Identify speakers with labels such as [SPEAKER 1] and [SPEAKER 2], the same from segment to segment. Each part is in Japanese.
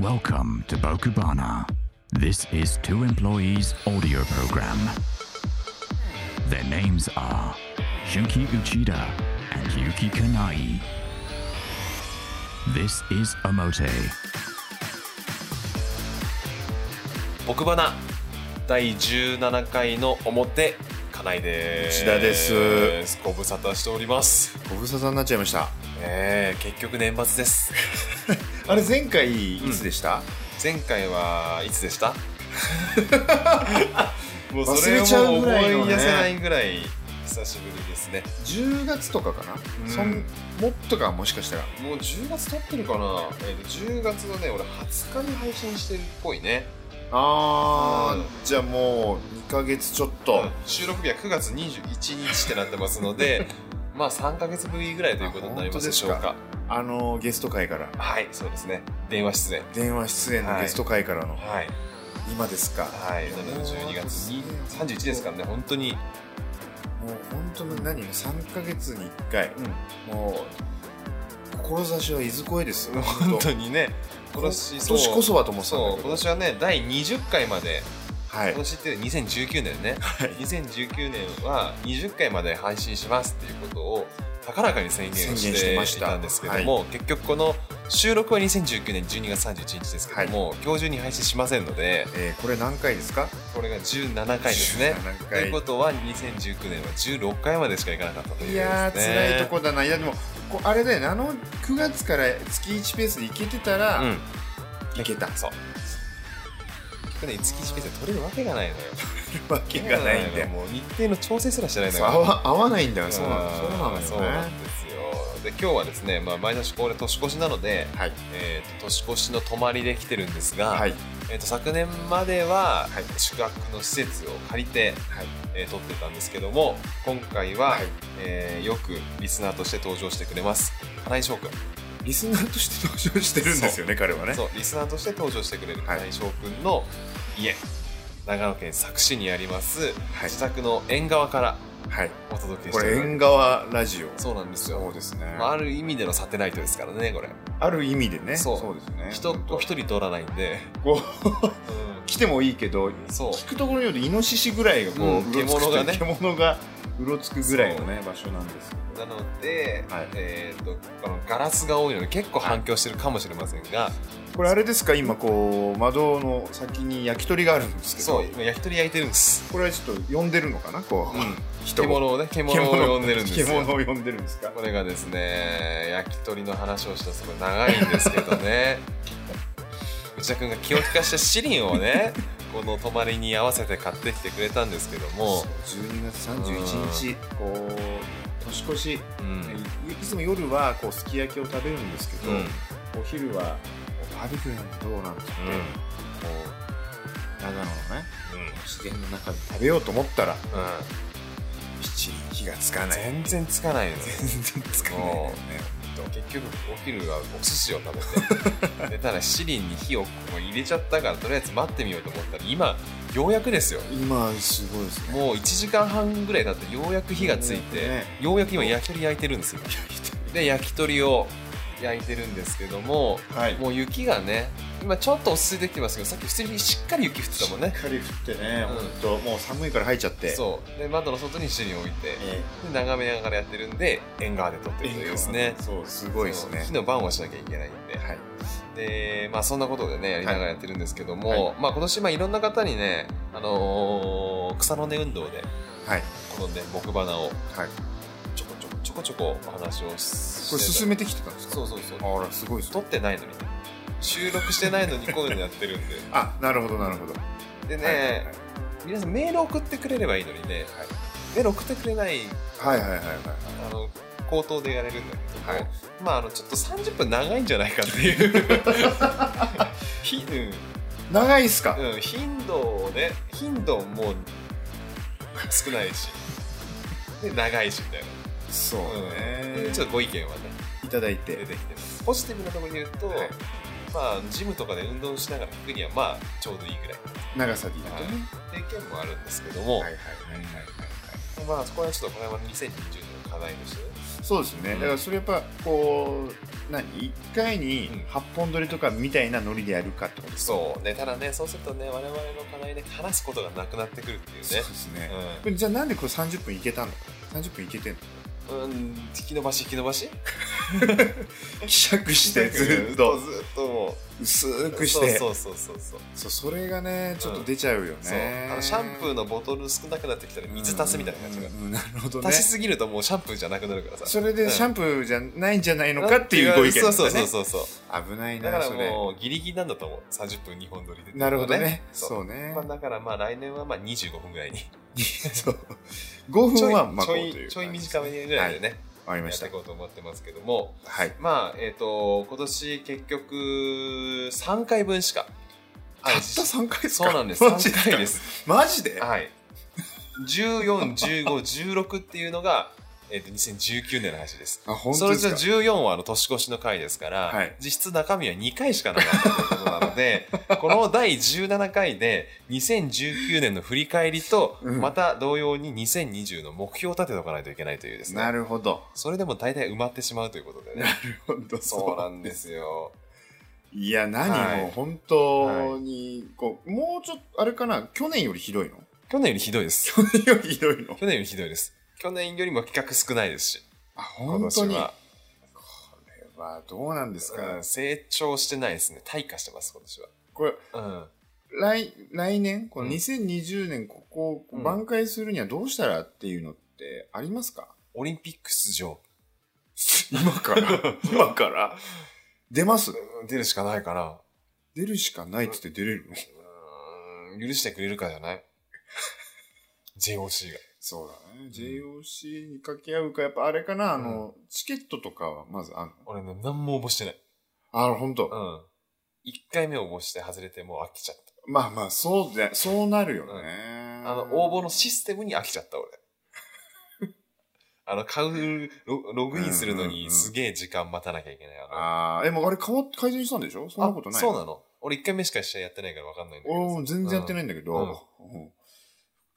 [SPEAKER 1] Welcome to Bokubana. This is two employees' audio program. Their names are Shunki Uchida and Yuki Kanai. This is Omote.
[SPEAKER 2] 僕バナ第17回の表かなです
[SPEAKER 3] 内田です
[SPEAKER 2] ご無沙汰しております
[SPEAKER 3] ご無沙汰になっちゃいました
[SPEAKER 2] えー、結局年末 です
[SPEAKER 3] あれ前回いつでした、
[SPEAKER 2] 前回はいつで したもう
[SPEAKER 3] 忘
[SPEAKER 2] それ
[SPEAKER 3] れち
[SPEAKER 2] を
[SPEAKER 3] ゃう
[SPEAKER 2] 思
[SPEAKER 3] ぐらいのね
[SPEAKER 2] い出せないぐらい久しぶりですね
[SPEAKER 3] 10月とかかな、
[SPEAKER 2] うん
[SPEAKER 3] そんもっとかもしかしたら
[SPEAKER 2] もう10月経ってるかな、えーと、10月のね俺20日に配信してるっぽいね、
[SPEAKER 3] あ
[SPEAKER 2] ー
[SPEAKER 3] じゃあもう2ヶ月ちょっと、
[SPEAKER 2] うん収録日は9月21日ってなってますの でまあ3ヶ月ぶりぐらいということになりますでしょう
[SPEAKER 3] あ
[SPEAKER 2] か
[SPEAKER 3] あのゲスト会から
[SPEAKER 2] はい、そうですね。電話出演。
[SPEAKER 3] 電話出演のゲスト会からの、
[SPEAKER 2] はい。
[SPEAKER 3] 今ですか
[SPEAKER 2] はい。なので12月に31ですからね、本当に。
[SPEAKER 3] もう本当に何3ヶ月に1回
[SPEAKER 2] うん。
[SPEAKER 3] もう志はいずこいです よ
[SPEAKER 2] 本当にね、今年
[SPEAKER 3] 今
[SPEAKER 2] そう
[SPEAKER 3] 年こそはと思ってたんだ
[SPEAKER 2] そう、
[SPEAKER 3] け
[SPEAKER 2] 今
[SPEAKER 3] ど
[SPEAKER 2] 年はね、第20回まで、
[SPEAKER 3] はい
[SPEAKER 2] 今年って2019年ね、
[SPEAKER 3] はい
[SPEAKER 2] 2019年は20回まで配信しますっていうことを、高らかに宣言を
[SPEAKER 3] 宣
[SPEAKER 2] し
[SPEAKER 3] 言して
[SPEAKER 2] て
[SPEAKER 3] ました
[SPEAKER 2] いたんですけども、結局この収録は2019年12月31日ですけども、今日中に配信しませんので、
[SPEAKER 3] えーこれ何回ですか
[SPEAKER 2] これが17回ですね。
[SPEAKER 3] 17
[SPEAKER 2] という
[SPEAKER 3] 回
[SPEAKER 2] ことは2019年は16回までしか行かなかったという
[SPEAKER 3] いやー、
[SPEAKER 2] ですね
[SPEAKER 3] 辛いとこだないやでもこうあれだよねあの9月から月1ペースでいけてたら、
[SPEAKER 2] うん
[SPEAKER 3] いけた
[SPEAKER 2] そう結局ね月1ペースで取れるわけがないのよ
[SPEAKER 3] わけがないんだよ
[SPEAKER 2] もう日程の調整すらしてないの
[SPEAKER 3] そう
[SPEAKER 2] よ
[SPEAKER 3] 合わ合わないんだよ
[SPEAKER 2] ん
[SPEAKER 3] そうなのそうなの
[SPEAKER 2] そう
[SPEAKER 3] よ
[SPEAKER 2] な
[SPEAKER 3] ね
[SPEAKER 2] んですよで今日はですね、まあ、毎年恒例年越しなので、
[SPEAKER 3] はい
[SPEAKER 2] えーと年越しの泊まりで来てるんですが、
[SPEAKER 3] はい
[SPEAKER 2] えーと昨年までは、
[SPEAKER 3] はい
[SPEAKER 2] 宿泊の施設を借りて、
[SPEAKER 3] はい
[SPEAKER 2] えー撮ってたんですけども今回は、
[SPEAKER 3] はい
[SPEAKER 2] えーよくリスナーとして登場してくれます金井翔君
[SPEAKER 3] リスナーとして 登場してるんですよね彼はね
[SPEAKER 2] そうリスナーとして登場してくれる
[SPEAKER 3] はい
[SPEAKER 2] 金井翔くんの家、長野県佐久市にあります
[SPEAKER 3] はい
[SPEAKER 2] 自宅の縁側から
[SPEAKER 3] はい
[SPEAKER 2] お届けし
[SPEAKER 3] こ
[SPEAKER 2] て
[SPEAKER 3] れ
[SPEAKER 2] る
[SPEAKER 3] 縁側ラジオ
[SPEAKER 2] そうなんですよ、
[SPEAKER 3] ですね
[SPEAKER 2] まあ、ある意味でのサテライトですからねこれ
[SPEAKER 3] ある意味でね
[SPEAKER 2] そう
[SPEAKER 3] ですね
[SPEAKER 2] 人お一人通らないんで、
[SPEAKER 3] こう来てもいいけど
[SPEAKER 2] そう
[SPEAKER 3] 聞くところによるとイノシシぐらいがこう,、
[SPEAKER 2] うん
[SPEAKER 3] うろつくと
[SPEAKER 2] 獣がね
[SPEAKER 3] 獣がうろつくぐらいのね場所なんですけど
[SPEAKER 2] なので、
[SPEAKER 3] はい
[SPEAKER 2] えー、とこのガラスが多いので結構反響してるかもしれませんが、
[SPEAKER 3] これあれですか今こう窓の先に焼き鳥があるんですけど
[SPEAKER 2] そう今焼き鳥焼いてるんです、
[SPEAKER 3] これはちょっと呼んでるのかなこう、人を
[SPEAKER 2] 獣をね獣を呼んでるんですよ
[SPEAKER 3] 獣を呼んでるんですか
[SPEAKER 2] これがですね焼き鳥の話をしたらすごい長いんですけど ね内田君が気を利かしたシリンをねこの泊まりに合わせて買ってきてくれたんですけども、
[SPEAKER 3] そう12月31日こう年越し、
[SPEAKER 2] うん
[SPEAKER 3] いいつも夜はこうすき焼きを食べるんですけど、
[SPEAKER 2] うん
[SPEAKER 3] お昼はバーベキューなんてどうなんて言って、
[SPEAKER 2] うん
[SPEAKER 3] こう長野のね自然の中で食べようと思ったら
[SPEAKER 2] う
[SPEAKER 3] 七輪火がつか
[SPEAKER 2] ん、
[SPEAKER 3] ない
[SPEAKER 2] 全然つかないのよ
[SPEAKER 3] 全然つかないよね
[SPEAKER 2] 結局お昼はお寿司を食 べてでただシリンに火をこう入れちゃったからとりあえず待ってみようと思ったら今ようやくですよ
[SPEAKER 3] 今すごいですね
[SPEAKER 2] もう1時間半ぐらい経ってようやく火がついて、
[SPEAKER 3] ね
[SPEAKER 2] ようやく今焼き鳥焼いてるんです よで焼き鳥を焼いてるんですけども
[SPEAKER 3] はい
[SPEAKER 2] もう雪がね今ちょっと落ち着いてきてますけどさっき普通にしっかり雪降ってたもんね
[SPEAKER 3] しっかり降ってね、
[SPEAKER 2] うん
[SPEAKER 3] ほんと、もう寒いから入っちゃって、
[SPEAKER 2] そうで窓の外にシリン置いて
[SPEAKER 3] え
[SPEAKER 2] で眺めながらやってるんで縁側で撮って
[SPEAKER 3] え
[SPEAKER 2] るというですね
[SPEAKER 3] そう、すごいですね
[SPEAKER 2] そう。火の番をしなきゃいけないんで
[SPEAKER 3] はい、
[SPEAKER 2] で、まあ、そんなことでねやりながらやってるんですけども、
[SPEAKER 3] はい
[SPEAKER 2] まあ、今年まあいろんな方にね、あのー草の根運動で
[SPEAKER 3] はい、
[SPEAKER 2] このね木花を
[SPEAKER 3] はい。
[SPEAKER 2] ちょこちょこちょこちょこお話をし
[SPEAKER 3] これ進
[SPEAKER 2] め
[SPEAKER 3] めてきてたんですか
[SPEAKER 2] そうそうそう
[SPEAKER 3] あら、すごいです
[SPEAKER 2] 撮
[SPEAKER 3] ね。
[SPEAKER 2] ってないのに収録してないのにこういうのやって るんで
[SPEAKER 3] あ、なるほど、なるほど。
[SPEAKER 2] でね、
[SPEAKER 3] はいはいはい
[SPEAKER 2] 皆さんメール送ってくれればいいのにね、メール送ってくれない
[SPEAKER 3] はいはいはいはい。
[SPEAKER 2] あの口頭でやれるんだけども、
[SPEAKER 3] はい
[SPEAKER 2] まああのちょっと30分長いんじゃないかっていう ひ、うん、
[SPEAKER 3] 長いっすか、
[SPEAKER 2] うん、頻度をね頻度も少ないしで長いしみたい
[SPEAKER 3] そう
[SPEAKER 2] な、
[SPEAKER 3] ね
[SPEAKER 2] ちょっとご意見はね
[SPEAKER 3] いただい
[SPEAKER 2] 出
[SPEAKER 3] て。
[SPEAKER 2] てきてますポジティブなところで言うと、
[SPEAKER 3] はい
[SPEAKER 2] まあジムとかで運動しながら聞くにはまあちょうどいいぐらい、
[SPEAKER 3] 長さでいいな
[SPEAKER 2] は
[SPEAKER 3] と
[SPEAKER 2] い、っ
[SPEAKER 3] ね。
[SPEAKER 2] ていう意見もあるんですけども、
[SPEAKER 3] はいはいはい。
[SPEAKER 2] まあそこはちょっとこれは2020年の課題としてね
[SPEAKER 3] そうですね。
[SPEAKER 2] うん
[SPEAKER 3] だからそれやっぱ、こう、何1回に
[SPEAKER 2] うん
[SPEAKER 3] 8本撮りとかみたいなノリでやるかってことです
[SPEAKER 2] そうねただねそうするとね我々の課題で話すことがなくなってくるっていうね
[SPEAKER 3] ですね
[SPEAKER 2] うん
[SPEAKER 3] これじゃあなんでこれ30分いけたの30分いけてんの
[SPEAKER 2] うん、引き延ばし引き延ばし
[SPEAKER 3] 希釈してずっと
[SPEAKER 2] ずっとも
[SPEAKER 3] 薄
[SPEAKER 2] う
[SPEAKER 3] くして
[SPEAKER 2] そうそうそうそうそう,、
[SPEAKER 3] そうそれがねちょっと出ちゃうよ
[SPEAKER 2] そう
[SPEAKER 3] ね
[SPEAKER 2] あのシャンプーのボトル少なくなってきたら水足すみたいな感じが、
[SPEAKER 3] うんうんうんなるほどね
[SPEAKER 2] 足しすぎるともうシャンプーじゃなくなるからさ
[SPEAKER 3] それでシャンプーじゃないんじゃない
[SPEAKER 2] プ
[SPEAKER 3] のかっていうご意見
[SPEAKER 2] そ
[SPEAKER 3] な
[SPEAKER 2] うん
[SPEAKER 3] だ
[SPEAKER 2] そう
[SPEAKER 3] ね
[SPEAKER 2] そうそうそう
[SPEAKER 3] 危ない
[SPEAKER 2] だか
[SPEAKER 3] な
[SPEAKER 2] ら
[SPEAKER 3] それ
[SPEAKER 2] もうギリギリなんだと思う30分2本撮りで、
[SPEAKER 3] なるほどね
[SPEAKER 2] そう
[SPEAKER 3] そうね
[SPEAKER 2] まあ、だからまあ来年はまあ25分ぐらいに
[SPEAKER 3] そう5
[SPEAKER 2] ちょ
[SPEAKER 3] 分
[SPEAKER 2] い
[SPEAKER 3] はまあ
[SPEAKER 2] ち
[SPEAKER 3] こと
[SPEAKER 2] ょ
[SPEAKER 3] いう
[SPEAKER 2] いちょい短めぐらいでね、
[SPEAKER 3] わかりま
[SPEAKER 2] やっ
[SPEAKER 3] してた
[SPEAKER 2] いこうと思ってますけども
[SPEAKER 3] はい
[SPEAKER 2] まあえっ、と今年結局3回分しか
[SPEAKER 3] たった3回ですか
[SPEAKER 2] そうなんです。
[SPEAKER 3] マジ
[SPEAKER 2] 3回です。
[SPEAKER 3] マジで
[SPEAKER 2] はい。14、15、16っていうのが、えっ、と、2019年の話です。
[SPEAKER 3] あ本
[SPEAKER 2] そ
[SPEAKER 3] 当
[SPEAKER 2] れ
[SPEAKER 3] で
[SPEAKER 2] じゃ
[SPEAKER 3] すか
[SPEAKER 2] 14はあの年越しの回ですから、
[SPEAKER 3] はい
[SPEAKER 2] 実質中身は2回しかなかったということなの で、この第17回で2019年の振り返りと、
[SPEAKER 3] うん
[SPEAKER 2] また同様に2020の目標を立てておかないといけないというです
[SPEAKER 3] な
[SPEAKER 2] ね。
[SPEAKER 3] るほど
[SPEAKER 2] それでも大体埋まってしまうということで ね。
[SPEAKER 3] 本当
[SPEAKER 2] そうなんですよ。
[SPEAKER 3] いや何、
[SPEAKER 2] はい
[SPEAKER 3] もう本当にこうもうちょっとあれかな去年よりひどいの
[SPEAKER 2] 去年よりひどいです。
[SPEAKER 3] 去年よりひどいの
[SPEAKER 2] 去年よりひどいです。去年よりも企画少ないですし、
[SPEAKER 3] あ
[SPEAKER 2] 今
[SPEAKER 3] 本
[SPEAKER 2] 年
[SPEAKER 3] 当に
[SPEAKER 2] は。
[SPEAKER 3] これはどうなんですか、
[SPEAKER 2] うん成長してないですね。退化してます、今年
[SPEAKER 3] これ
[SPEAKER 2] は。
[SPEAKER 3] 来来年こ
[SPEAKER 2] う
[SPEAKER 3] の
[SPEAKER 2] ん
[SPEAKER 3] 2020年ここを
[SPEAKER 2] うん
[SPEAKER 3] 挽回するにはどうしたらっていうのってありますか、
[SPEAKER 2] オリンピック出場。
[SPEAKER 3] 今から 今から出ます
[SPEAKER 2] うん出るしかないかな。
[SPEAKER 3] 出るしかないっつって出れるの
[SPEAKER 2] うん許してくれるかじゃない ?JOC が。
[SPEAKER 3] そうだね JOC に掛け合うかやっぱあれかなあの、チケットとかはまずあんの
[SPEAKER 2] 俺ね、何も応募してない。
[SPEAKER 3] あ本
[SPEAKER 2] う
[SPEAKER 3] 当、
[SPEAKER 2] ん。一回目応募して外れてもう飽きちゃった。
[SPEAKER 3] まあまあそうでそうなるよね、
[SPEAKER 2] あの、応募のシステムに飽きちゃった、俺。 あの、買う、ロログインするの
[SPEAKER 3] うんうんう
[SPEAKER 2] に
[SPEAKER 3] ん
[SPEAKER 2] すげえ時間待たなきゃいけない。あの
[SPEAKER 3] ああえもうあれ変わって改善したんでしょそんなことない
[SPEAKER 2] あそうなの。俺一回目しか試合やってないから分かんないんだけどさ。
[SPEAKER 3] 俺も全然やってないんだけど、うん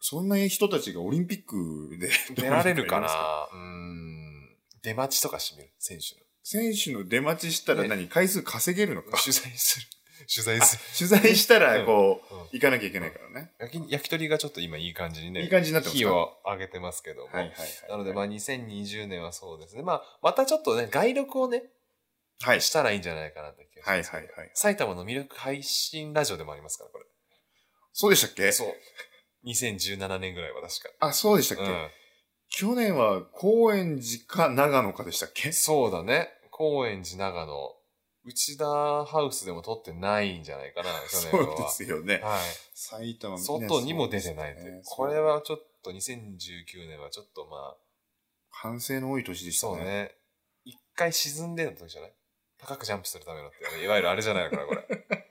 [SPEAKER 3] そんな人たちがオリンピックで
[SPEAKER 2] 出られるかなうん。出待ちとかしてみる、選手の。
[SPEAKER 3] 選手の出待ちしたら
[SPEAKER 2] ね
[SPEAKER 3] 何回数稼げる のか
[SPEAKER 2] 取材する。取材する。
[SPEAKER 3] 取材したらこう、
[SPEAKER 2] うん
[SPEAKER 3] 行かなきゃいけないからね、
[SPEAKER 2] 焼き焼き鳥がちょっと今いい感じにね、
[SPEAKER 3] いい感じになってますか
[SPEAKER 2] 火を上げてますけども。
[SPEAKER 3] はいはいはい
[SPEAKER 2] なので、まあ2020年はそうですね。まあ、またちょっとね、外録をね、
[SPEAKER 3] はい
[SPEAKER 2] したらいいんじゃないかなって気がし
[SPEAKER 3] は
[SPEAKER 2] ま
[SPEAKER 3] いはい
[SPEAKER 2] す。
[SPEAKER 3] はい
[SPEAKER 2] 埼玉の魅力配信ラジオでもありますから、これ。
[SPEAKER 3] そうでしたっけ
[SPEAKER 2] そう。2017年ぐらいは確
[SPEAKER 3] あそうでしたっ
[SPEAKER 2] か。
[SPEAKER 3] け、
[SPEAKER 2] う
[SPEAKER 3] 去年は高円寺か長野かでしたっけ
[SPEAKER 2] ん。そうだね。高円寺長野。内田ハウスでも撮ってないんじゃないかな、去
[SPEAKER 3] そ
[SPEAKER 2] 年は。
[SPEAKER 3] うですよね
[SPEAKER 2] はい。
[SPEAKER 3] 埼玉みんな
[SPEAKER 2] 外にも出てないと
[SPEAKER 3] そ
[SPEAKER 2] い
[SPEAKER 3] うで
[SPEAKER 2] う
[SPEAKER 3] すね
[SPEAKER 2] これはちょっと2019年はちょっとまあ、
[SPEAKER 3] 反省の多い年でした
[SPEAKER 2] そう
[SPEAKER 3] ね
[SPEAKER 2] ね。一回沈んでた時じゃない高くジャンプするためのって、いわゆるあれじゃないのか な、これ。ね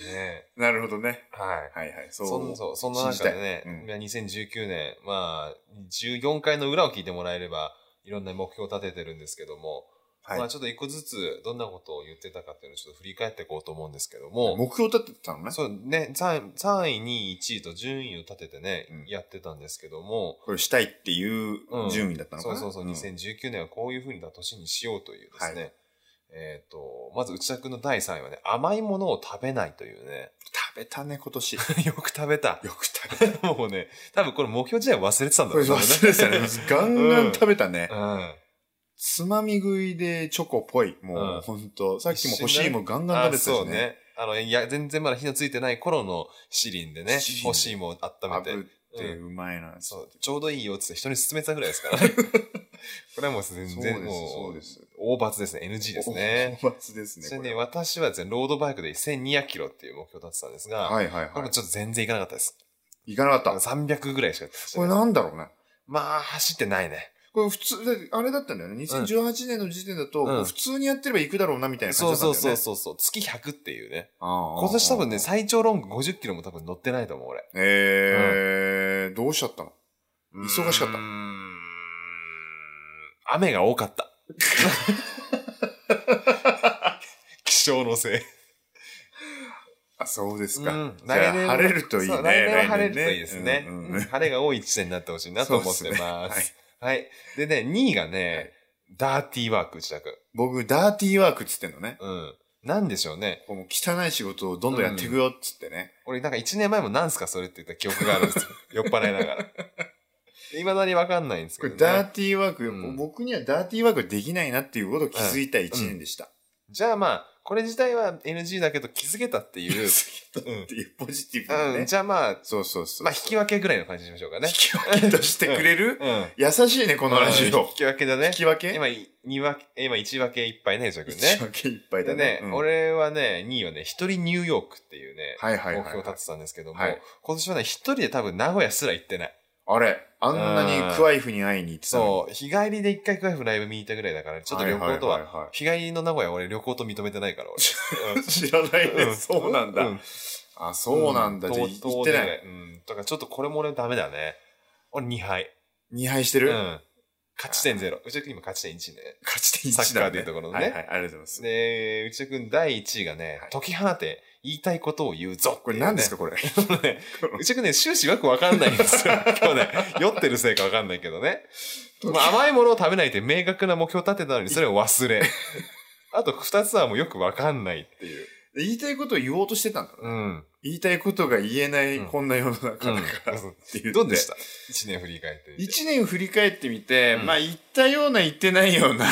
[SPEAKER 2] え。
[SPEAKER 3] なるほどね
[SPEAKER 2] はい。
[SPEAKER 3] はいはいそ
[SPEAKER 2] そん
[SPEAKER 3] う
[SPEAKER 2] そうそんな中でね、
[SPEAKER 3] 信じたいうん
[SPEAKER 2] いや2019年、まあ、14回の裏を聞いてもらえれば、いろんな目標を立ててるんですけども、
[SPEAKER 3] はい
[SPEAKER 2] まあちょっと一個ずつどんなことを言ってたかっていうのをちょっと振り返っていこうと思うんですけども、
[SPEAKER 3] 目標立ててたのね
[SPEAKER 2] そうね、3, 3位、2位、1位と順位を立ててね、
[SPEAKER 3] うん
[SPEAKER 2] やってたんですけども、
[SPEAKER 3] これしたいっていう順位だったの
[SPEAKER 2] そ
[SPEAKER 3] かな、
[SPEAKER 2] うそうそう、
[SPEAKER 3] ん
[SPEAKER 2] 2019年はこういうふうな年にしようというですね、
[SPEAKER 3] は
[SPEAKER 2] えっ、と、まず内田君の第3位はね、甘いものを食べないというね、
[SPEAKER 3] 食べたね、今 年。よ
[SPEAKER 2] よく食べた。
[SPEAKER 3] く食べた。
[SPEAKER 2] もうね、多分これ目標自体忘れてたんだ
[SPEAKER 3] これ
[SPEAKER 2] ろう
[SPEAKER 3] 忘れてたね。ガンガン食べたね。
[SPEAKER 2] うん。
[SPEAKER 3] つまみ食いでチョコっぽい。も
[SPEAKER 2] うん
[SPEAKER 3] うほんと。さっきも欲
[SPEAKER 2] 一緒
[SPEAKER 3] しい
[SPEAKER 2] にね
[SPEAKER 3] もガンガ
[SPEAKER 2] あ
[SPEAKER 3] ン食べてた
[SPEAKER 2] そう
[SPEAKER 3] しね。
[SPEAKER 2] ね。あの、いや、全然まだ火のついてない頃のシリンでね
[SPEAKER 3] シリン、で
[SPEAKER 2] 欲しいもん温めて。
[SPEAKER 3] 炙ってうまいな。
[SPEAKER 2] そう、ちょうどいいよって人に勧めてたぐらいです からね。これはもう全
[SPEAKER 3] そう
[SPEAKER 2] 然
[SPEAKER 3] です
[SPEAKER 2] もう、
[SPEAKER 3] そうです。
[SPEAKER 2] 大罰ですね。NG ですね。
[SPEAKER 3] おお罰ですね。
[SPEAKER 2] それ
[SPEAKER 3] こ
[SPEAKER 2] で
[SPEAKER 3] れ
[SPEAKER 2] ね、
[SPEAKER 3] は
[SPEAKER 2] 私はですね、ロードバイクで1200キロっていう目標だってたんですが、
[SPEAKER 3] はいはい
[SPEAKER 2] これ
[SPEAKER 3] は
[SPEAKER 2] もちょっと全然いかなかったです。
[SPEAKER 3] い。いかなかった。
[SPEAKER 2] 300ぐらいしかやって
[SPEAKER 3] これ
[SPEAKER 2] ない
[SPEAKER 3] なんだろうね。
[SPEAKER 2] まあ、走ってないね。
[SPEAKER 3] これ普通、だってあれだったんだよね。2018年の時点だと、
[SPEAKER 2] うん
[SPEAKER 3] こう普通にやってれば行くだろうなみたいな感
[SPEAKER 2] そ
[SPEAKER 3] じ
[SPEAKER 2] う
[SPEAKER 3] だったん
[SPEAKER 2] そ
[SPEAKER 3] だよ
[SPEAKER 2] う
[SPEAKER 3] ね。
[SPEAKER 2] そうそうそう。月100っていうね。
[SPEAKER 3] 今
[SPEAKER 2] 今年多分ね、最長ロング50キロも多分乗ってないと思う、俺。
[SPEAKER 3] えー、どうしちゃったの忙しかった
[SPEAKER 2] うーん。雨が多か った。 気象のせい。
[SPEAKER 3] あ、そうです
[SPEAKER 2] う
[SPEAKER 3] か
[SPEAKER 2] ん。
[SPEAKER 3] じゃあ
[SPEAKER 2] 来年は
[SPEAKER 3] 晴れるといいね。
[SPEAKER 2] そう来年は晴れるといいですね。
[SPEAKER 3] うんうん
[SPEAKER 2] うん晴れが多い一年になってほしいなと思ってます。
[SPEAKER 3] そうです
[SPEAKER 2] はい、でね、2位がね、ダーティーワーク、内田君。
[SPEAKER 3] 僕、ダーティーワークっつってんのね。
[SPEAKER 2] うん。なんでしょうね。
[SPEAKER 3] こうもう汚い仕事をどんどんやっていくよっつってね。
[SPEAKER 2] 俺なんか1年前もなんすかそれって言った記憶があるんですよ。 酔っ払いながら。いまだにわかんないんです
[SPEAKER 3] こ
[SPEAKER 2] け
[SPEAKER 3] れ、
[SPEAKER 2] ど、
[SPEAKER 3] ダ
[SPEAKER 2] ね
[SPEAKER 3] ー。ティーワーク、
[SPEAKER 2] うん
[SPEAKER 3] 僕にはダーティーワークできないなっていうことを気づいた一年でした。
[SPEAKER 2] じゃあまあ、これ自体は NG だけど気づけたって いう。
[SPEAKER 3] っていうポジティブな
[SPEAKER 2] う
[SPEAKER 3] ね
[SPEAKER 2] ん。。じゃあまあ、
[SPEAKER 3] そうそうそう。
[SPEAKER 2] まあ引き分けぐらいの感じにしましょうかね
[SPEAKER 3] 引。き分けとしてくれる
[SPEAKER 2] うん。
[SPEAKER 3] 優しいね、このラジ
[SPEAKER 2] うん
[SPEAKER 3] オ
[SPEAKER 2] 引。き分けだね
[SPEAKER 3] 引。き分け
[SPEAKER 2] 今、二分け、今1分けいっぱいね、内田君
[SPEAKER 3] 一
[SPEAKER 2] ね。
[SPEAKER 3] 分けいっぱい
[SPEAKER 2] で
[SPEAKER 3] だね
[SPEAKER 2] ね。、
[SPEAKER 3] うん
[SPEAKER 2] 俺はね、2位はね、一人ニューヨークっていうね、
[SPEAKER 3] はいはい
[SPEAKER 2] 目
[SPEAKER 3] はい
[SPEAKER 2] 標
[SPEAKER 3] は
[SPEAKER 2] を
[SPEAKER 3] い。
[SPEAKER 2] 立てたんですけども、
[SPEAKER 3] はい
[SPEAKER 2] 今年はね、一人で多分名古屋すら行ってない。
[SPEAKER 3] あれ、あんなにクワイフに会いに行ってた
[SPEAKER 2] そ
[SPEAKER 3] の
[SPEAKER 2] う、日帰りで一回クライフライブ見に行ったぐらいだから、
[SPEAKER 3] に
[SPEAKER 2] ちょっと旅行と
[SPEAKER 3] い
[SPEAKER 2] は、
[SPEAKER 3] いい
[SPEAKER 2] 日帰りの名古屋俺旅行と認めてないから
[SPEAKER 3] い知らない
[SPEAKER 2] 俺。
[SPEAKER 3] ね。 そうなんだ。あ、そうなんだ。じゃあ、行ってない。。
[SPEAKER 2] うんうんだからちょっとこれも俺ダメだね。俺2敗。
[SPEAKER 3] 2敗して
[SPEAKER 2] う
[SPEAKER 3] る
[SPEAKER 2] ん。勝ち点0。うちくん今勝ち点1ね。
[SPEAKER 3] 勝ち点1
[SPEAKER 2] サッカーでいうところのね
[SPEAKER 3] はいはい、ありがとうございます。
[SPEAKER 2] で、内田くん第1位がね
[SPEAKER 3] はい、
[SPEAKER 2] 解き放て言いたいことを言うぞ。
[SPEAKER 3] これ何で すか、これ。
[SPEAKER 2] かね、内田くんね、終始よくわかんないんですよ。今日ね、酔ってるせいかわかんないけどね。まあ、甘いものを食べないって明確な目標を立てたのにそれを忘 れ。あと2つはもうよくわかんないっていう。
[SPEAKER 3] 言いたいことを言おうとしてたんだろうね
[SPEAKER 2] うん。
[SPEAKER 3] 言いたいことが言えない、
[SPEAKER 2] うん
[SPEAKER 3] こんな世の中だから。
[SPEAKER 2] うん
[SPEAKER 3] っていう
[SPEAKER 2] どうでした ?1 年振り返ってみて。
[SPEAKER 3] 一年振り返ってみて、
[SPEAKER 2] うん
[SPEAKER 3] まあ言ったような言ってないような、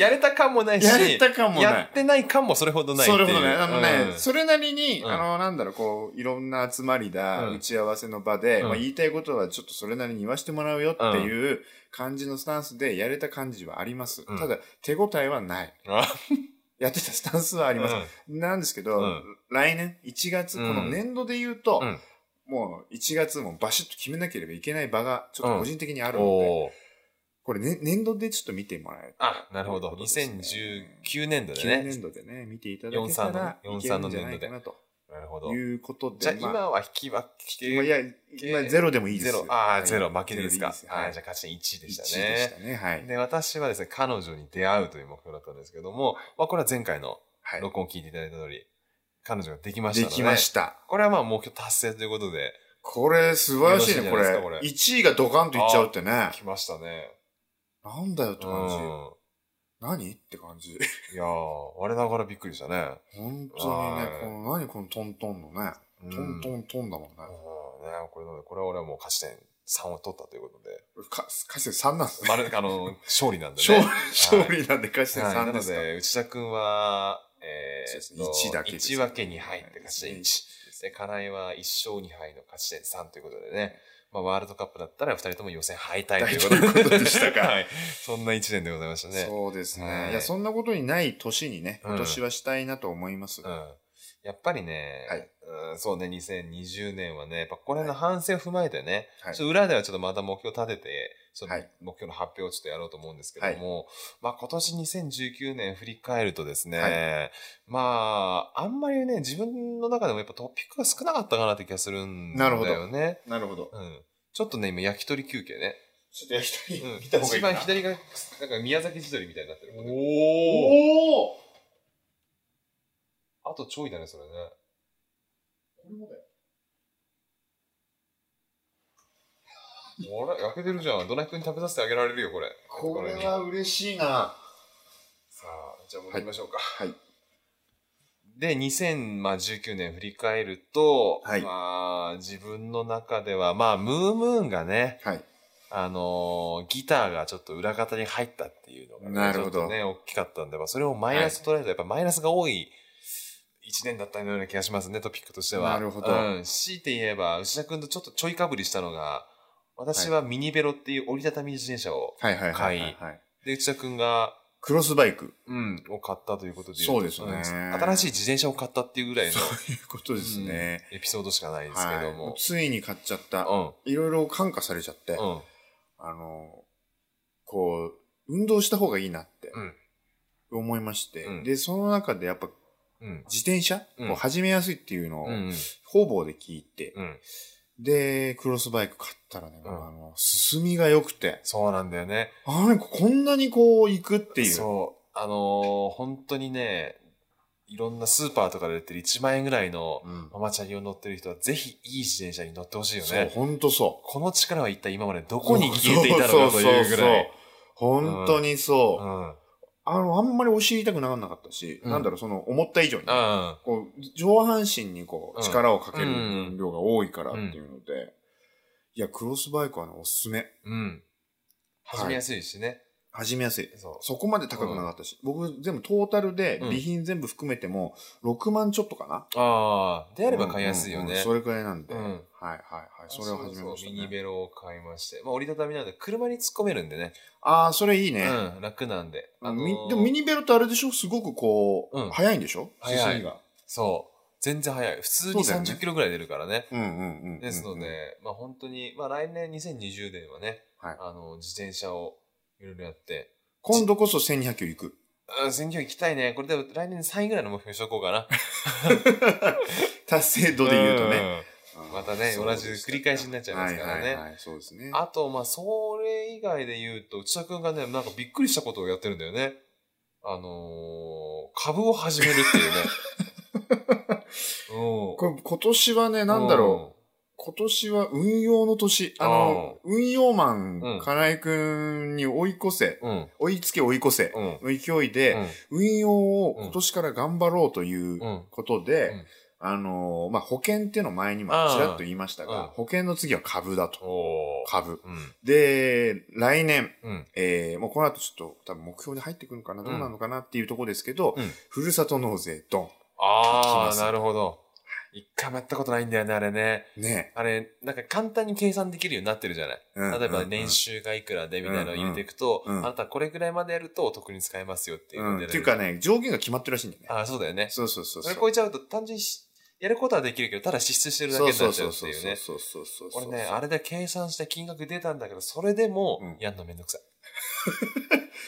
[SPEAKER 2] やれた感もないし、
[SPEAKER 3] やれたかもな
[SPEAKER 2] や
[SPEAKER 3] い
[SPEAKER 2] っ。てない感もそれほどないってい。
[SPEAKER 3] そうれほどね。あのね、
[SPEAKER 2] うん
[SPEAKER 3] それなりに、
[SPEAKER 2] うん
[SPEAKER 3] あの、なんだろう、こう、いろんな集まりだ、
[SPEAKER 2] うん
[SPEAKER 3] 打ち合わせの場で、
[SPEAKER 2] うん
[SPEAKER 3] まあ言いたいことはちょっとそれなりに言わせてもらうよっていう感じのスタンスでやれた感じはあります。
[SPEAKER 2] うん
[SPEAKER 3] ただ、手応えはない。
[SPEAKER 2] あ
[SPEAKER 3] やってたスタンスはあります。なんですけど、
[SPEAKER 2] うん
[SPEAKER 3] 来年1月、
[SPEAKER 2] うん
[SPEAKER 3] この年度で言うと、
[SPEAKER 2] うん
[SPEAKER 3] もう1月もバシッと決めなければいけない場が、ちょっと個人的に
[SPEAKER 2] う
[SPEAKER 3] あ
[SPEAKER 2] ん
[SPEAKER 3] るので、
[SPEAKER 2] おー
[SPEAKER 3] これ、ね、年度でちょっと見てもらえ
[SPEAKER 2] あ、なるほど。
[SPEAKER 3] ということですね
[SPEAKER 2] 2019年度で
[SPEAKER 3] 9
[SPEAKER 2] ね。
[SPEAKER 3] 年度でね、見ていただけたら、
[SPEAKER 2] 43のね
[SPEAKER 3] いけるんじゃないかなと
[SPEAKER 2] なるほど
[SPEAKER 3] い。うことで。
[SPEAKER 2] じゃあ
[SPEAKER 3] ま
[SPEAKER 2] 今は引き分け。
[SPEAKER 3] まあいや、今ゼロでもいいで
[SPEAKER 2] ゼ
[SPEAKER 3] す。
[SPEAKER 2] ロ。あ
[SPEAKER 3] は
[SPEAKER 2] あ、
[SPEAKER 3] い
[SPEAKER 2] ゼロ。負けですか。
[SPEAKER 3] ゼロ
[SPEAKER 2] あ
[SPEAKER 3] い
[SPEAKER 2] あ
[SPEAKER 3] い
[SPEAKER 2] ー、じゃあ勝ち点1で
[SPEAKER 3] で
[SPEAKER 2] し
[SPEAKER 3] す
[SPEAKER 2] た
[SPEAKER 3] はい1でし
[SPEAKER 2] ね。
[SPEAKER 3] たね。はい。
[SPEAKER 2] で、私はですね、彼女に出会うという目標だったんですけども、まあこれは前回の
[SPEAKER 3] はい
[SPEAKER 2] 録音を聞いていただいた通り、彼女ができました
[SPEAKER 3] で
[SPEAKER 2] ので。
[SPEAKER 3] きました。
[SPEAKER 2] これはまあ目標達成ということで、
[SPEAKER 3] これ、素晴らしいね、
[SPEAKER 2] よ
[SPEAKER 3] こ
[SPEAKER 2] ろしいんじゃないです
[SPEAKER 3] れ
[SPEAKER 2] かこれ。
[SPEAKER 3] 1位がドカンといっちゃうってね。
[SPEAKER 2] 来ましたね。
[SPEAKER 3] なんだよって
[SPEAKER 2] う
[SPEAKER 3] 感じ。
[SPEAKER 2] ん。
[SPEAKER 3] 何って感じ。
[SPEAKER 2] いやー、我ながらびっくりしたね。
[SPEAKER 3] 本当にね
[SPEAKER 2] はい、
[SPEAKER 3] この、何このトントンのね。
[SPEAKER 2] うん
[SPEAKER 3] トントントンだもんね
[SPEAKER 2] うん。ね、これなのでこれは俺はもう勝ち点3を取ったということで、
[SPEAKER 3] か、かせ3なんですね。
[SPEAKER 2] まるあの、勝利なんでね。
[SPEAKER 3] 勝利
[SPEAKER 2] はい、
[SPEAKER 3] 勝利なんでかして
[SPEAKER 2] はい、な
[SPEAKER 3] 3で
[SPEAKER 2] の
[SPEAKER 3] すか。
[SPEAKER 2] で、内田君は、え
[SPEAKER 3] そうです
[SPEAKER 2] ー
[SPEAKER 3] ね1だけです
[SPEAKER 2] 1分け2敗って勝ち点1。
[SPEAKER 3] 1
[SPEAKER 2] で、金井は1勝2敗の勝ち点3ということでね、まあ、ワールドカップだったら2人とも予選敗退ということ
[SPEAKER 3] ということでした か
[SPEAKER 2] はい。そんな1年でございましたね。
[SPEAKER 3] そうです
[SPEAKER 2] は
[SPEAKER 3] ね。
[SPEAKER 2] い
[SPEAKER 3] いや、そんなことにない年にね、
[SPEAKER 2] うん
[SPEAKER 3] 今年はしたいなと思います。
[SPEAKER 2] うんやっぱりね、
[SPEAKER 3] はい
[SPEAKER 2] うん、そうね、2020年はね、やっぱこれの反省を踏まえてね、
[SPEAKER 3] はい
[SPEAKER 2] ちょっと裏ではちょっとまた目標立てて、その
[SPEAKER 3] はい
[SPEAKER 2] 目標の発表をちょっとやろうと思うんですけども、まあ今年2019年振り返るとですね、
[SPEAKER 3] は
[SPEAKER 2] まあ、あんまりね、自分の中でもやっぱトピックが少なかったかなって気がするんだ
[SPEAKER 3] なるほど
[SPEAKER 2] よね。
[SPEAKER 3] なるほど。
[SPEAKER 2] うん、ちょっとね、今焼き鳥休憩ね。
[SPEAKER 3] ちょっと焼き
[SPEAKER 2] うん
[SPEAKER 3] 鳥
[SPEAKER 2] 一番左が、なんか宮崎地鶏みたいになってる。
[SPEAKER 3] おおこ
[SPEAKER 2] あとちょいだね、それね。
[SPEAKER 3] れもだよ。
[SPEAKER 2] あれ焼けてるじゃん。どないくんに食べさせてあげられるよ、これ。
[SPEAKER 3] これは嬉しいな。
[SPEAKER 2] さあ、じゃあ戻りましょうか。
[SPEAKER 3] はい。
[SPEAKER 2] で、2019年振り返ると、
[SPEAKER 3] はい
[SPEAKER 2] まあ、自分の中では、まあ、ムームーンがね、
[SPEAKER 3] はい。
[SPEAKER 2] あのーギターがちょっと裏方に入ったっていうのがね、
[SPEAKER 3] なるほど
[SPEAKER 2] ちょっとね、大きかったんで、まあ、それをマイナスと捉えると、やっぱマイナスが多い一年だったような気がしますね、トピックとしては。
[SPEAKER 3] なるほど
[SPEAKER 2] うん。強いて言えば、牛田くんとちょっとちょいかぶりしたのが、私はミニベロっていう折りたたみ自転車を、
[SPEAKER 3] はいはいはいはい、はい。
[SPEAKER 2] で、内田くんが、
[SPEAKER 3] クロスバイク。
[SPEAKER 2] うん、を買ったということで言と
[SPEAKER 3] そうですね
[SPEAKER 2] ん新しい自転車を買ったっていうぐら いの
[SPEAKER 3] そういうことですね。
[SPEAKER 2] エピソードしかないですけど
[SPEAKER 3] は
[SPEAKER 2] も
[SPEAKER 3] い。。ついに買っちゃった。いろいろ感化されちゃって、
[SPEAKER 2] うん、うん、
[SPEAKER 3] あの、こう、運動した方がいいなって
[SPEAKER 2] うん
[SPEAKER 3] 思いまして、
[SPEAKER 2] うん
[SPEAKER 3] で、その中でやっぱ
[SPEAKER 2] うん、
[SPEAKER 3] 自転車
[SPEAKER 2] うん
[SPEAKER 3] を始めやすいっていうのを
[SPEAKER 2] うん、うん、
[SPEAKER 3] 方々で聞いて、
[SPEAKER 2] うん。
[SPEAKER 3] で、クロスバイク買ったらね、
[SPEAKER 2] うん
[SPEAKER 3] あの、進みが良くて、
[SPEAKER 2] そうなんだよね。
[SPEAKER 3] あれ、こんなにこう行くっていう。
[SPEAKER 2] そう。あのー本当にね、いろんなスーパーとかで売ってる1万円ぐらいの
[SPEAKER 3] うん
[SPEAKER 2] ママチャリを乗ってる人は、ぜひいい自転車に乗ってほしいよ
[SPEAKER 3] そう、
[SPEAKER 2] ね。
[SPEAKER 3] ほんとそう。
[SPEAKER 2] この力は一体今までどこに消えていたのかというぐ
[SPEAKER 3] そそ
[SPEAKER 2] ら
[SPEAKER 3] そ
[SPEAKER 2] い。
[SPEAKER 3] 本当にそうう。
[SPEAKER 2] ん。
[SPEAKER 3] あの、あんまりお尻痛くならなかったし、
[SPEAKER 2] うん
[SPEAKER 3] なんだろう、その、思った以上に、
[SPEAKER 2] あ
[SPEAKER 3] こう、上半身にこ
[SPEAKER 2] う
[SPEAKER 3] う、
[SPEAKER 2] ん
[SPEAKER 3] 力をかける
[SPEAKER 2] うん
[SPEAKER 3] 分量が多いからっていうので、いや、クロスバイクはね、おすすめ。
[SPEAKER 2] うん。
[SPEAKER 3] はい
[SPEAKER 2] 始めやすいしね。
[SPEAKER 3] 始めやすい。
[SPEAKER 2] そ
[SPEAKER 3] そこまで高くなかったし、僕全部トータルで
[SPEAKER 2] うん、
[SPEAKER 3] 備品全部含めても、6万ちょっとかな。
[SPEAKER 2] う。ああ。であれば買いやすいよ
[SPEAKER 3] うんうんう
[SPEAKER 2] ね
[SPEAKER 3] ん。それくらいなんで。
[SPEAKER 2] うん
[SPEAKER 3] はいはいはい。それを始めまし
[SPEAKER 2] そうそうミニ
[SPEAKER 3] たね。
[SPEAKER 2] ベロを買いまして。まあ折りたたみなんで、車に突っ込めるんでね。
[SPEAKER 3] ああ、それいいね。
[SPEAKER 2] うん、楽なんで。あのー
[SPEAKER 3] みでもミニベロってあれでしょすごくこう、
[SPEAKER 2] うん
[SPEAKER 3] 速いんでしょ
[SPEAKER 2] 速い
[SPEAKER 3] 進みが。
[SPEAKER 2] そう。全然速い。普通に
[SPEAKER 3] そうだよね
[SPEAKER 2] 30キロぐらい出るからね。
[SPEAKER 3] うんうんうんうん。
[SPEAKER 2] ですので、まあ本当に、まあ来年2020年はね、
[SPEAKER 3] はい
[SPEAKER 2] あの、自転車をいろいろやって、
[SPEAKER 3] 今度こそ1200キロ行く。
[SPEAKER 2] うん、選挙行きたいね。これでも来年3位ぐらいの目標にしとこうか な。
[SPEAKER 3] 達成度で言うとね。
[SPEAKER 2] ね。またね、同じ繰り返しになっちゃいますからね。
[SPEAKER 3] はいはいはい、そうですね。
[SPEAKER 2] あと、まあ、それ以外で言うと、内田くんがね、なんかびっくりしたことをやってるんだよね。あのー、株を始めるっていうね。 うん。
[SPEAKER 3] これ今年はね、なんだろう。今年は運用の年。あの、運用マ
[SPEAKER 2] うん
[SPEAKER 3] ン、金井くんに追い越せ、
[SPEAKER 2] うん。うん。
[SPEAKER 3] 追いつけ追い越せ
[SPEAKER 2] うん。
[SPEAKER 3] の勢いで、運用を今年から頑張ろうという
[SPEAKER 2] うん
[SPEAKER 3] こと
[SPEAKER 2] うん
[SPEAKER 3] で、あの、まあ、保険っていうのを前にもちらっと言いました
[SPEAKER 2] うん
[SPEAKER 3] が、保険の次は株だと。
[SPEAKER 2] おー。
[SPEAKER 3] 株。
[SPEAKER 2] うん。
[SPEAKER 3] で、来年、
[SPEAKER 2] うん。
[SPEAKER 3] えー、もうこの後ちょっと多分目標に入ってくるのかな、どうなのかなっていうところですけど、
[SPEAKER 2] うん
[SPEAKER 3] ふるさと納税ド
[SPEAKER 2] あ
[SPEAKER 3] 聞きま
[SPEAKER 2] ー、
[SPEAKER 3] す
[SPEAKER 2] なるほど。一回もやったことないんだよね、あれね。
[SPEAKER 3] ン。ね
[SPEAKER 2] あれ、なんか簡単に計算できるようになってるじゃない。
[SPEAKER 3] うん
[SPEAKER 2] 例えば
[SPEAKER 3] うん
[SPEAKER 2] 年収がいくらでみたいなのを入れていくと、
[SPEAKER 3] うんうん
[SPEAKER 2] あなたこれくらいまでやるとお得に使えますよっていううの
[SPEAKER 3] ん。
[SPEAKER 2] で、
[SPEAKER 3] っていうかね、上限が決まってるらしいんだよね。
[SPEAKER 2] ああ、そうだよね。
[SPEAKER 3] そうそうそ
[SPEAKER 2] そ
[SPEAKER 3] うそう。
[SPEAKER 2] れ超えちゃうと単純にしやることはできるけど、ただ支出してるだけ
[SPEAKER 3] そう
[SPEAKER 2] にな
[SPEAKER 3] そ
[SPEAKER 2] っ
[SPEAKER 3] う
[SPEAKER 2] ちゃ
[SPEAKER 3] そうう
[SPEAKER 2] って
[SPEAKER 3] そう
[SPEAKER 2] いう
[SPEAKER 3] そう
[SPEAKER 2] ね。
[SPEAKER 3] そうそうそう。
[SPEAKER 2] 俺ね、あれで計算して金額出たんだけど、それでも
[SPEAKER 3] うん
[SPEAKER 2] やんのめんどくさい。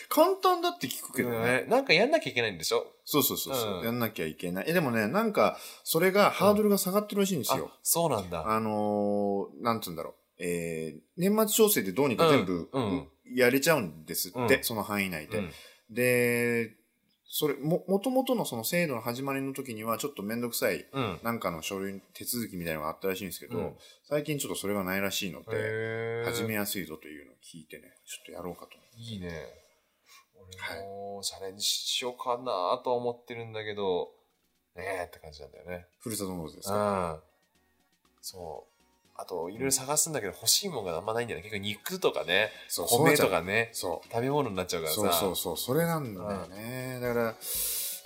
[SPEAKER 3] 簡単だって聞くけどね。
[SPEAKER 2] うんなんかやんなきゃいけないんでしょ
[SPEAKER 3] そうそうそうそう、
[SPEAKER 2] うん
[SPEAKER 3] やんなきゃいけない。え、でもね、なんか、それがハードルが下がってるらしいんです
[SPEAKER 2] あ
[SPEAKER 3] よ。、
[SPEAKER 2] そうなんだ。
[SPEAKER 3] あのー、なんつうんだろう。えー、年末調整でどうにか全部、
[SPEAKER 2] うんうん
[SPEAKER 3] やれちゃうんですって、
[SPEAKER 2] うん
[SPEAKER 3] その範囲内
[SPEAKER 2] う
[SPEAKER 3] で。
[SPEAKER 2] ん
[SPEAKER 3] で、それ、も、もともとのその制度の始まりの時には、ちょっとめんどくさい、
[SPEAKER 2] うん。
[SPEAKER 3] なんかの書類、手続きみたいなのがあったらしいんですけど、
[SPEAKER 2] うん
[SPEAKER 3] 最近ちょっとそれがないらしいので、
[SPEAKER 2] へー
[SPEAKER 3] 始めやすいぞというのを聞いてね、ちょっとやろうかと。
[SPEAKER 2] いいね。俺もチャレンジしようかなとは思ってるんだけど、ねえって感じなんだよね。
[SPEAKER 3] ふるさと納税です
[SPEAKER 2] うん。
[SPEAKER 3] か
[SPEAKER 2] そう。あと、いろいろ探すんだけど、欲しいものがあんまないんだよね。結構肉とかね、
[SPEAKER 3] そうそうなっ
[SPEAKER 2] 米
[SPEAKER 3] ちゃう
[SPEAKER 2] とかね、
[SPEAKER 3] そ
[SPEAKER 2] 食べ物になっちゃう
[SPEAKER 3] う。
[SPEAKER 2] からさ。
[SPEAKER 3] そうそうそう、それなんだよね。だから、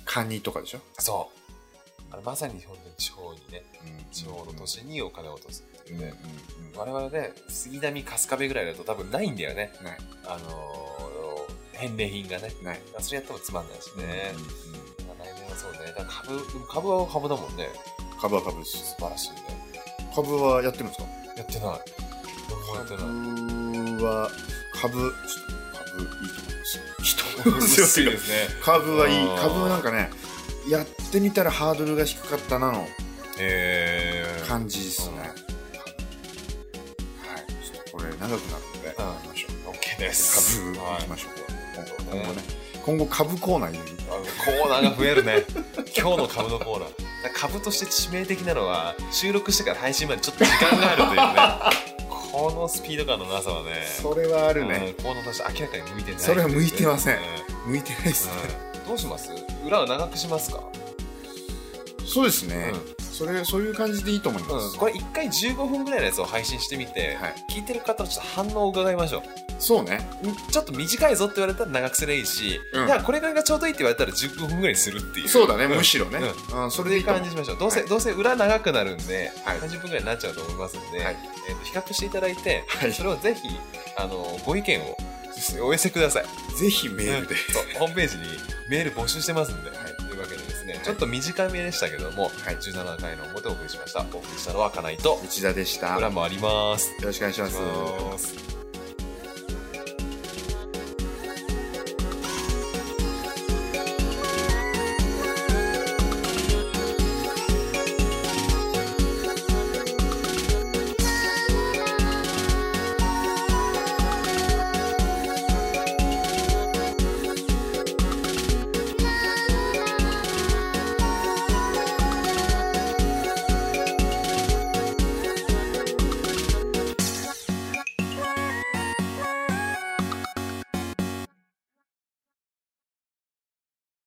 [SPEAKER 3] カニとかでしょ、
[SPEAKER 2] そう。あのまさに本当に地方にね、
[SPEAKER 3] うん
[SPEAKER 2] 地方の都市にお金を落とすっていう
[SPEAKER 3] うんうん
[SPEAKER 2] ね。
[SPEAKER 3] うん
[SPEAKER 2] 我々ね、杉並春日部ぐらいだと多分ないんだよね。
[SPEAKER 3] ない、
[SPEAKER 2] あのー、返礼品がね。
[SPEAKER 3] ない。
[SPEAKER 2] それやってもつまんないしね
[SPEAKER 3] ね。、
[SPEAKER 2] まあ来年はそうね。だから株、でも株は株だもんね。
[SPEAKER 3] 株は株です。
[SPEAKER 2] 素晴らしいね。
[SPEAKER 3] 株はやってるんですか
[SPEAKER 2] やってない。僕もやってない。
[SPEAKER 3] 株は、株、ちょっと株いいと思いますよ。人
[SPEAKER 2] 難しいですね。
[SPEAKER 3] 株はいい
[SPEAKER 2] あー
[SPEAKER 3] 株なんかねやってみたらハードルが低かったなの
[SPEAKER 2] えー。
[SPEAKER 3] 感じですね、
[SPEAKER 2] うん
[SPEAKER 3] はいちょっとこれ長くなるのでやめましょう、
[SPEAKER 2] OK です。
[SPEAKER 3] 株
[SPEAKER 2] はい
[SPEAKER 3] いきましょう、
[SPEAKER 2] はい
[SPEAKER 3] 今後ね今後株コーナー入れる
[SPEAKER 2] あのコーナーが増えるね 今日の株のコーナー株として致命的なのは収録してから配信までちょっと時間がある というねこのスピード感のなさはね
[SPEAKER 3] それはあるね、
[SPEAKER 2] うんコーナーとして明らかに向いてない
[SPEAKER 3] それは向いてません
[SPEAKER 2] うん
[SPEAKER 3] 向いてないですね、
[SPEAKER 2] うんどうします裏を長くしますか、
[SPEAKER 3] そうですね、それそういう感じでいいと思いま
[SPEAKER 2] う
[SPEAKER 3] す、
[SPEAKER 2] ん、これ1回15分ぐらいのやつを配信してみて、
[SPEAKER 3] はい
[SPEAKER 2] 聞いてる方のちょっと反応を伺いましょ
[SPEAKER 3] そうね
[SPEAKER 2] うんちょっと短いぞって言われたら長くすればいいし、
[SPEAKER 3] うん
[SPEAKER 2] いやこれぐらいがちょうどいいって言われたら10分ぐらいにするっていう
[SPEAKER 3] そうだね、
[SPEAKER 2] ん
[SPEAKER 3] むしろね、うんそ
[SPEAKER 2] そ
[SPEAKER 3] れ
[SPEAKER 2] れ
[SPEAKER 3] で
[SPEAKER 2] で
[SPEAKER 3] い
[SPEAKER 2] い
[SPEAKER 3] い
[SPEAKER 2] い感
[SPEAKER 3] と思う
[SPEAKER 2] じしましょう。どうせ、
[SPEAKER 3] はい
[SPEAKER 2] どうせ裏長くなるんで、
[SPEAKER 3] はい
[SPEAKER 2] 30分ぐらいになっちゃうと思いますんで、
[SPEAKER 3] はい
[SPEAKER 2] えーと比較していただいて、
[SPEAKER 3] はい
[SPEAKER 2] それをぜひ、あのご意見をお寄せください。
[SPEAKER 3] ぜひメールで、
[SPEAKER 2] そうホームページにメール募集してますんで。というわけでですね、ちょっと短めでしたけども、
[SPEAKER 3] い
[SPEAKER 2] 17回の表をお送りしました。お送りしたのは、かないと、
[SPEAKER 3] 内田でした
[SPEAKER 2] 裏
[SPEAKER 3] よ
[SPEAKER 2] もあります。
[SPEAKER 3] ろしくお願いします
[SPEAKER 2] お願いします